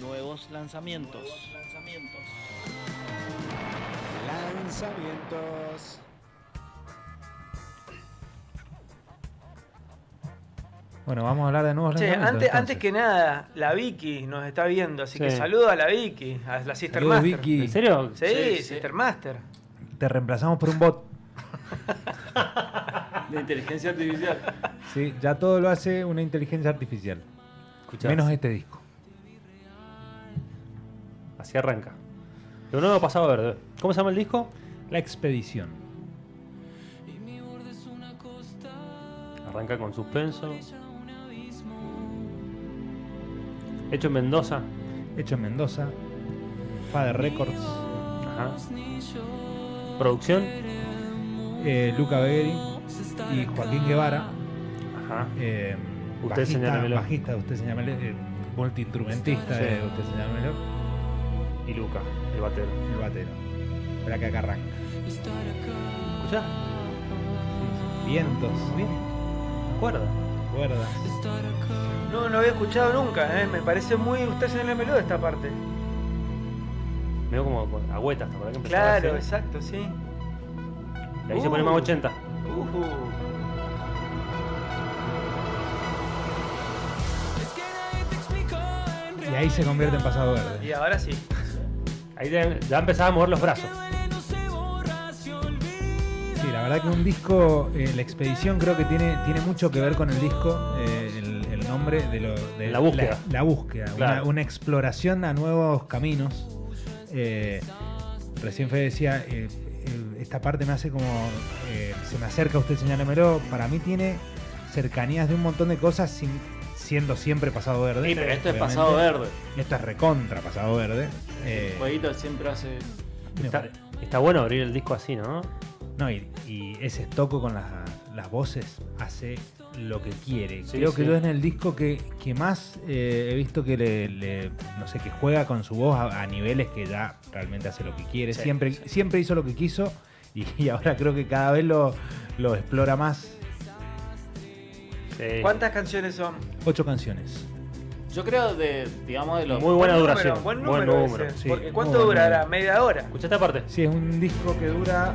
nuevos lanzamientos. lanzamientos. Lanzamientos. Bueno, vamos a hablar de nuevos Che, lanzamientos, antes, antes entonces. que nada, la Vicky nos está viendo, así que Sí. saludo a la Vicky, a la Sister Saludos, Master. Vicky. ¿En serio? Sí, Sí, sí. Sister Master. Te reemplazamos por un bot. De inteligencia artificial. Sí, ya todo lo hace una inteligencia artificial. Escuchá, Menos este disco. así arranca. Lo nuevo pasado verde. ¿Cómo se llama el disco? La expedición. Arranca con suspenso. Hecho en Mendoza. Hecho en Mendoza. Fader Records. Ajá. Producción. eh, Luca Begheri y Joaquín Guevara. Ajá. eh, Usted bajista, señálemelo. bajista, usted señámelo. eh, multiinstrumentista, Sí. eh, usted señálemelo. Y Luca, el batero. El batero. Espera que acá arranca. ¿Escuchás? Vientos. Bien. Cuerda. Cuerdas. No, no había escuchado nunca, ¿eh? me parece muy usted en el melón esta parte. Medio como con agüeta hasta por acá empezaba a Claro, Uh. hacer. exacto, sí. Y ahí se pone más 80. Ujú. Y ahí se convierte en pasado verde. Y ahora sí. Ahí ya, ya empezaba a mover los brazos. Sí, la verdad que un disco, eh, la expedición creo que tiene, tiene mucho que ver con el disco, eh, el, el nombre de, lo, de La búsqueda. La, la búsqueda, Claro. una, una exploración a nuevos caminos. Eh, recién Fede decía, eh, eh, esta parte me hace como, eh, se me acerca usted, señálemelo. Para mí tiene cercanías de un montón de cosas sin, siendo siempre pasado verde. Sí, pero Esto Este es obviamente. pasado verde. Esto es recontra pasado verde. Eh, El jueguito siempre hace. me Está, pare- está bueno abrir el disco así, ¿no? No, y, y ese estoco con las, las voces hace lo que quiere. Sí, Creo que sí. yo es en el disco que, que más eh, he visto que le, le- no sé, que juega con su voz a, a niveles que ya realmente hace lo que quiere. Sí, siempre, sí. siempre hizo lo que quiso y, y ahora creo que cada vez lo, lo explora más. Sí. ¿Cuántas canciones son? Ocho canciones. Yo creo de, digamos, de los. Muy buena Buen duración. número, Buen número. ese. sí. Porque Muy ¿Cuánto buen durará? número. ¿Media hora? Escucha esta parte. Sí, es un disco que dura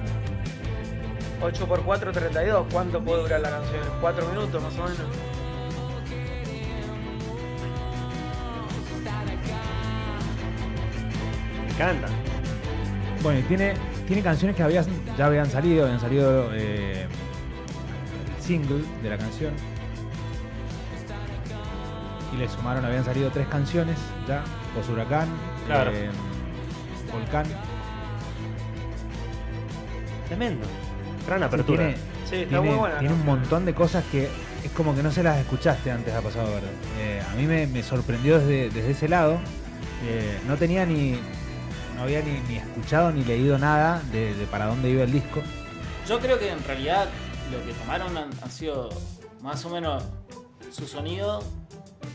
8 por 4, 32. ¿Cuánto puede durar la canción? 4 minutos más o menos. Me encanta. Bueno, y tiene, tiene canciones que habían, ya habían salido, habían salido eh, el single de la canción. Y le sumaron, habían salido tres canciones ya, Pos Huracán, Claro. eh, Volcán. Tremendo. Gran Sí, apertura. Tiene, Sí, está tiene- muy buena. tiene ¿no? un montón de cosas que es como que no se las escuchaste antes de Pasado Verde. Eh, a mí me, me sorprendió desde, desde ese lado. Eh, no tenía ni. No había ni, ni escuchado ni leído nada de, de para dónde iba el disco. Yo creo que en realidad lo que tomaron han, han sido más o menos su sonido,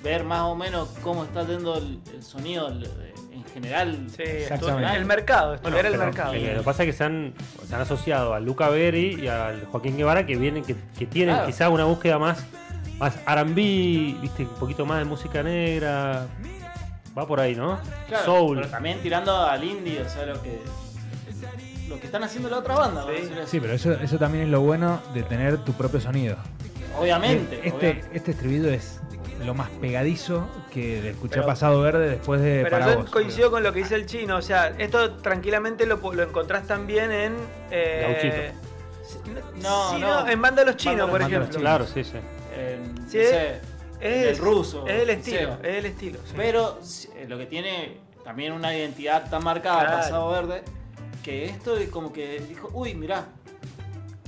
ver más o menos cómo está yendo el, el sonido el- en general. Sí, Exactamente. el mercado, Bueno, estudiar el pero, mercado. eh, lo que pasa es que se han, se han asociado a Luca Berry y al Joaquín Guevara que vienen, que, que tienen Claro. quizá una búsqueda más, más R&B, viste, un poquito más de música negra. Va por ahí, ¿no? Claro, Soul. Pero también tirando al indie, o sea, lo que, lo que están haciendo la otra banda. por Sí. decirlo así. Sí, pero eso, eso también es lo bueno de tener tu propio sonido. Obviamente. Este, obviamente. este estribillo es lo más pegadizo que le escuché Pero- a Pasado Verde después de Pero Para yo Vos. coincido con lo que dice el chino, o sea, esto tranquilamente lo, lo encontrás también en... Eh, No, sí, no. En Banda de los Chinos, Banda por de los ejemplo. Chinos. Claro, sí, sí. En- eh, no Sí. sé, Es El ruso, Es el Seba. estilo, es el estilo. sí. Pero eh, lo que tiene también una identidad tan marcada, Claro. pasado verde, que esto es como que dijo, uy, mirá,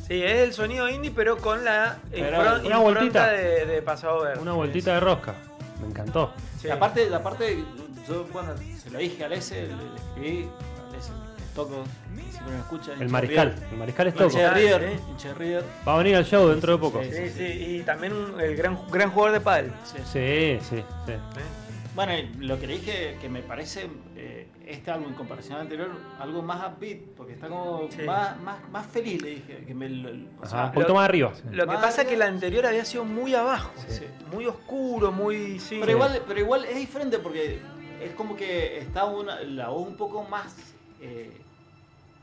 Sí, es el sonido indie, pero con la Pero impron- una impronta vueltita. de, de Pasado Verde. Una vueltita de rosca. Me encantó. Sí. La parte, la parte, yo bueno, se lo dije a Alese, le, le escribí, Alese, les toco, que siempre me escucha. hincha El de mariscal. River. El mariscal es Hincha de Mariscal, River, eh. hincha de River. Va a venir al show dentro de poco. Sí. Sí, sí, y también un- el gran, gran jugador de pádel. Sí. Sí, sí, sí. Bueno, y lo que le dije que me parece eh, este álbum en comparación al anterior, algo más upbeat, porque está como Sí. más, más, más feliz, le dije. Que me, lo- o Ajá, sea, un poquito lo- más arriba. Lo que Madre. pasa es que la anterior había sido muy abajo, Sí. muy oscuro, muy... Sí, Pero igual, pero igual es diferente porque es como que está una, la voz un poco más eh,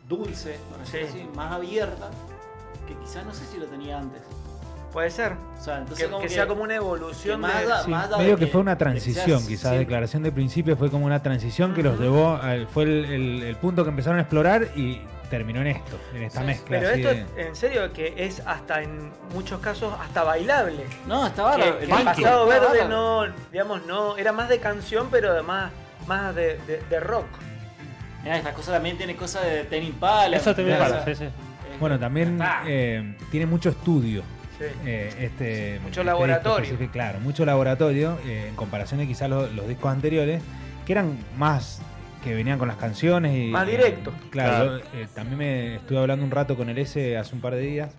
dulce, por decirlo Sí. así, más abierta, que quizás no sé si lo tenía antes. Puede ser. O sea, entonces Que, que sea como una evolución que de... más da- Sí, más allá medio de que, que- fue una de que transición, seas quizás siempre- declaración de principio fue como una transición que los Ujú. llevó, al- fue el, el- el punto que empezaron a explorar y terminó en esto, en esta Sí, mezcla. Pero así esto, de- en serio, que es hasta en muchos casos hasta bailable. No, está Ah, bárbaro. que, que punk el pasado está verde bárbaro. no, digamos, no, era más de canción, pero además más de, de- de rock. Mirá, estas cosas también tienen cosas de tenis pala. Eso te me Claro. pala, sí, sí. Bueno, también Está. eh, tiene mucho estudio. Sí. eh, este, este Mucho disco laboratorio. específico, claro, mucho laboratorio eh, en comparación de quizás lo- los, discos anteriores, que eran más que venían con las canciones y Más directo. claro, yo, eh, también me estuve hablando un rato con el S hace un par de días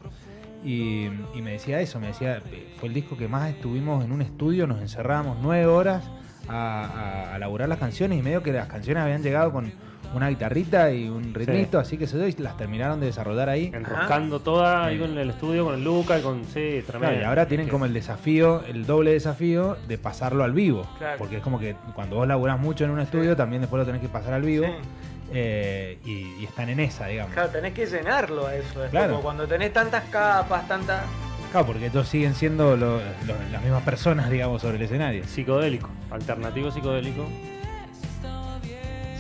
y, y me decía eso, me decía, eh, fue el disco que más estuvimos en un estudio, nos encerrábamos nueve horas a, a- a laburar las canciones y medio que las canciones habían llegado con una guitarrita y un ritmito, así que se dio y las terminaron de desarrollar ahí. Enroscando toda, ahí Sí. con el estudio, con el Luca, y con. Sí, tremendo. Claro, y ahora tienen como el desafío, el doble desafío de pasarlo al vivo. Claro. Porque es como que cuando vos laburás mucho en un estudio, también después lo tenés que pasar al vivo. Sí. eh, y, y están en esa, digamos. Claro, Claro, tenés que llenarlo a eso. es Claro. como cuando tenés tantas capas, tantas. porque ellos siguen siendo lo- lo- las mismas personas, digamos, sobre el escenario. Psicodélico, alternativo psicodélico.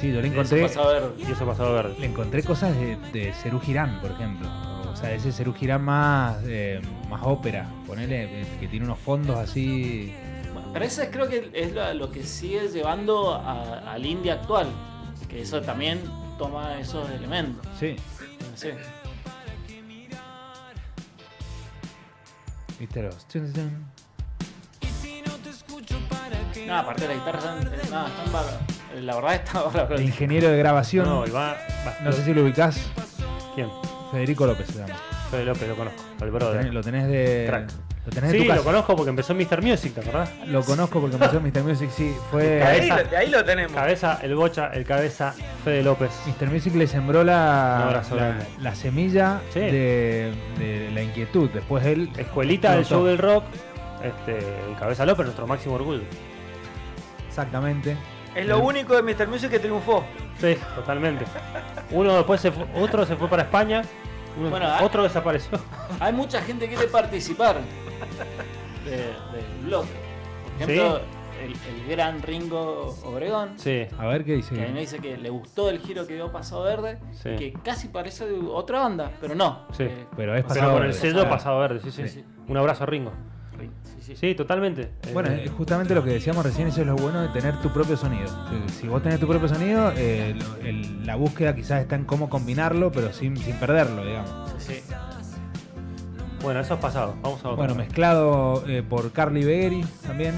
Sí, yo le Eso encontré, pasa verde. Y eso pasado verde. le encontré cosas de, de Serú Girán, por ejemplo. O sea, ese Serú Girán más, eh, más ópera, ponele, eh, que tiene unos fondos así. Bueno, Pero eso es- creo que es lo, lo que sigue llevando a- al indie actual. Que eso también toma esos elementos. Sí. No sé. ¿Viste los? chun, chun? No, aparte las guitarras están, eh, no, están bárbaras. Eh, La verdad está bárbaro. El ingeniero de grabación. No, No, y va. va- sé si lo ubicás. ¿Quién? Federico López se llama. Fede López, lo conozco. El Lo tenés- brother. Lo tenés de. Crack. Lo tenés de sí, tu casa. lo conozco porque empezó en Mr. Music, ¿te acordás? Lo conozco porque empezó en Mr. Music, sí. De ahí, Fue. Cabeza. lo- de ahí lo tenemos. Cabeza, el bocha, el cabeza, Fede López. Mr. Music le sembró Un la, abrazo la, grande. la semilla Sí. de, de la inquietud. Después él. Escuelita del Notó. show del rock. Este, el cabeza López, nuestro máximo orgullo. Exactamente. Es lo único de Mr. Music que triunfó. Sí, totalmente. Uno después se fu- otro se fue para España, uno- Bueno, ah- otro desapareció. Hay mucha gente que quiere participar de- del blog. Por ejemplo, el, el gran Ringo Obregón. Sí, A ver qué Que a mí me dice dice. que le gustó el giro que dio Pasado Verde. Sí. y que casi parece de otra banda, pero no. Sí. Eh, Pero es pero pasado. con el verde. sello pasado verde, sí, sí. Sí. Un abrazo a Ringo. sí, sí, sí. Sí, totalmente. Bueno, Eh, es justamente lo que decíamos recién, eso es lo bueno de tener tu propio sonido. Eh, Si vos tenés tu propio sonido, eh, lo- el- la búsqueda quizás está en cómo combinarlo, pero sin, sin perderlo, digamos. sí, sí. bueno, eso es pasado. Vamos a otro. eh. Bueno, mezclado eh, por Carly Begheri también,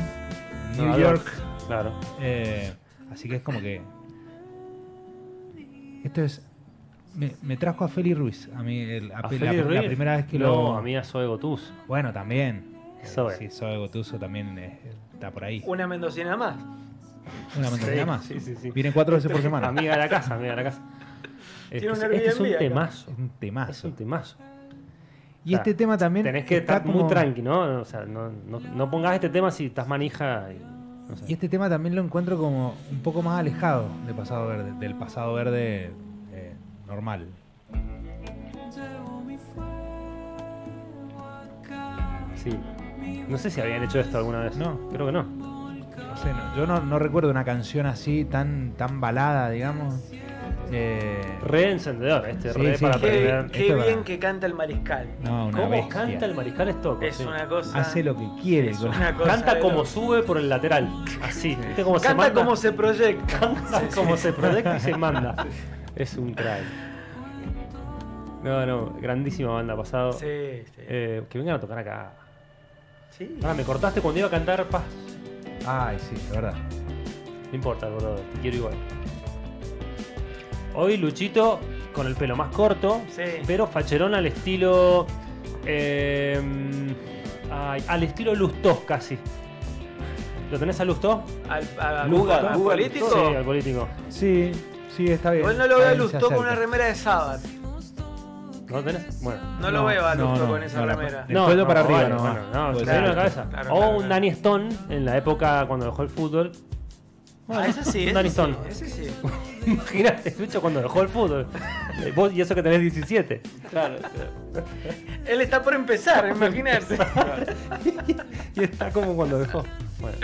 New Nueva York. Claro. eh, así que es como que. Esto es. Me, me trajo a Feli Ruiz, a mí, el- a ¿A Feli- Feli la, la Ruiz? primera vez que no, lo. a mí a Zoe Gotuz. Bueno, también. Eh, Zoe. Sí, Zoe Gotuso también eh, está por ahí. Una mendocina más. Una mentalidad Sí, más. sí, sí, Este sí. Vienen cuatro veces por semana. Amiga de la casa, amiga de la casa. Este, Tiene un este es un Airbnb acá. temazo. Es un Es un temazo. temazo. Y este tema también. Tenés que está estar muy como- tranqui, ¿no? O sea, no, no- no pongas este tema si estás manija. y- no sé. Y este tema también lo encuentro como un poco más alejado de pasado verde, del pasado verde eh, normal. Sí. No sé si habían hecho esto alguna vez. No. Creo que no. No sé, no- yo no, no recuerdo una canción así tan, tan balada, digamos. Eh, Re encendedor, este, Sí, re sí. para Qué- perder. Qué, Ah, esto qué para- bien que canta el mariscal. no, una ¿Cómo bestia. canta el mariscal Estoco? Es sí. una cosa. Hace lo que quiere. es con- una cosa Canta de como loco. sube por el lateral. Así. ¿Viste cómo se Canta manda? como se proyecta. Canta Ah, como se proyecta y se manda. Es un crack. No, no, grandísima banda pasado. Sí, sí. Eh, que vengan a tocar acá. Sí. Ahora me cortaste cuando iba a cantar Paz. Ay, sí, de verdad. No importa, bro, te quiero igual. Hoy Luchito con el pelo más corto, Sí. pero facherón al estilo. eh, ay, al estilo Lustó casi. ¿Lo tenés a Lustó? Al, a- a- Lugar, al lugar, político. Sí, al político. Sí, sí, está bien. Igual no lo veo a Ahí se Lustó con acerca. una remera de Sabbath. ¿No lo tenés? Bueno. No, lo veo a Lustó con esa no, la- remera. Del cuello para arriba, vale, no. bueno, no, Puede se ser. me vino a la cabeza. Claro, o claro, un claro. Danny Stone en la época cuando dejó el fútbol. Ah, ese sí, ese Danny sí, Stone. ese sí. Imagínate, Lucho, cuando dejó el fútbol. Eh, Vos y eso que tenés 17. Claro. Él está por empezar, imagínate. y está como cuando dejó. Bueno.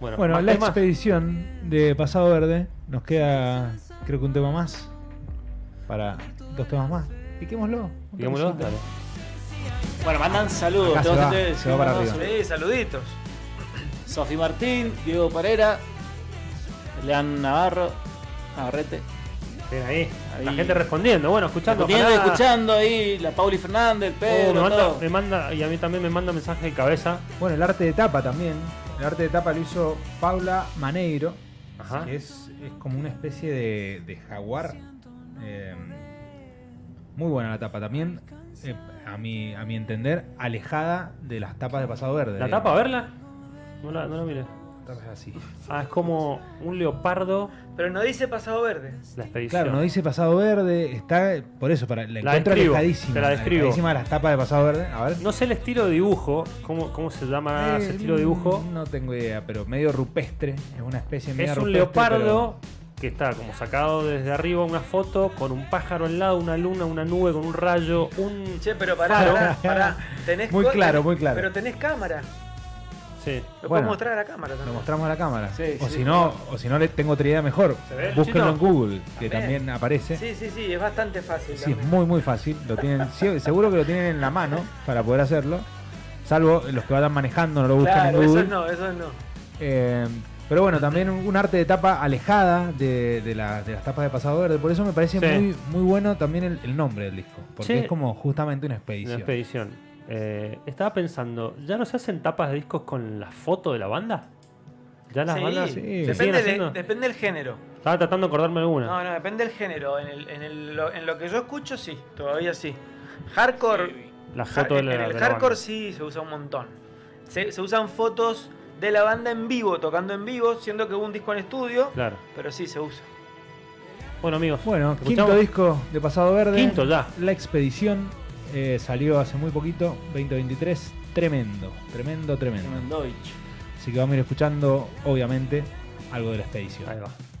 Bueno, Bueno, más la temas. expedición de Pasado Verde nos queda, creo que un tema más. Para dos temas más. Piquémoslo. un Digámoslo, toquecito. dale. Bueno, mandan saludos. Acá se Tengo va, gente- se va para mandan arriba. saludos. Sí, saluditos. Sofi Martín, Diego Parera, Lean Navarro, Navarrete. Ven ahí. La Ahí. gente respondiendo. Bueno, escuchando. Viendo, ojalá. escuchando ahí, la Pauli Fernández, el Oh, me, Pedro, manda, todo. me manda- y a mí también me manda mensaje de cabeza. Bueno, el arte de tapa también. El arte de tapa lo hizo Paula Maneiro. Ajá. que es, es como una especie de, de jaguar. Eh, muy buena la tapa también. eh, a, mi, a mi entender, alejada de las tapas de pasado verde. ¿La tapa, a verla? No la, no la miré. La tapa es así. Ah, es como un leopardo. Pero no dice pasado verde. La expedición. Claro, no dice pasado verde, está por eso, para, la, La encuentro describo, alejadísima. te la describo. alejadísima de las tapas de pasado verde. A ver. No sé el estilo de dibujo. ¿Cómo, cómo se llama Eh, ese estilo de dibujo? No tengo idea, pero medio rupestre. Es una especie media Es un rupestre, leopardo que está como sacado desde arriba una foto con un pájaro al lado, una luna, una nube con un rayo, un. Che, pero pará, Claro. pará, pará. Tenés Muy co- claro, muy claro. Pero tenés cámara. Sí. Lo Bueno. puedo mostrar a la cámara Lo también. mostramos a la cámara. Sí, o sí. si no, o si no le tengo otra idea mejor. ¿Se ve el Búsquenlo chino? en Google, que También. también aparece. Sí, Sí, sí, sí, es bastante fácil. es también. muy muy fácil. Lo tienen, sí, seguro que lo tienen en la mano para poder hacerlo. Salvo los que vayan manejando, no lo buscan claro, en Google. eso no, eso no. Eh, pero bueno, también un un arte de tapa alejada de, de la- de las tapas de pasado verde. Por eso me parece Sí. muy, muy bueno también el, el nombre del disco. Porque Sí. es como justamente una Una expedición. expedición. Eh, estaba pensando, ¿ya no se hacen tapas de discos con la foto de la banda? ¿Ya las Sí, bandas sí. siguen Depende, de- haciendo? depende del género. Estaba tratando de acordarme de una. No, no, depende del género. En, el, en, el- lo, en lo que yo escucho, sí, todavía sí. Hardcore. la foto de en la, el de la hardcore banda. sí se usa un montón. Se, se usan fotos de la banda en vivo, tocando en vivo, siendo que hubo un disco en estudio, Claro. pero sí se usa. Bueno, amigos. Bueno, quinto ¿escuchamos? disco de Pasado Verde. Quinto ya. La expedición eh, salió hace muy poquito, 2023. Tremendo, tremendo, tremendo. Tremendovich. Así que vamos a ir escuchando, obviamente, algo de la expedición. Ahí va.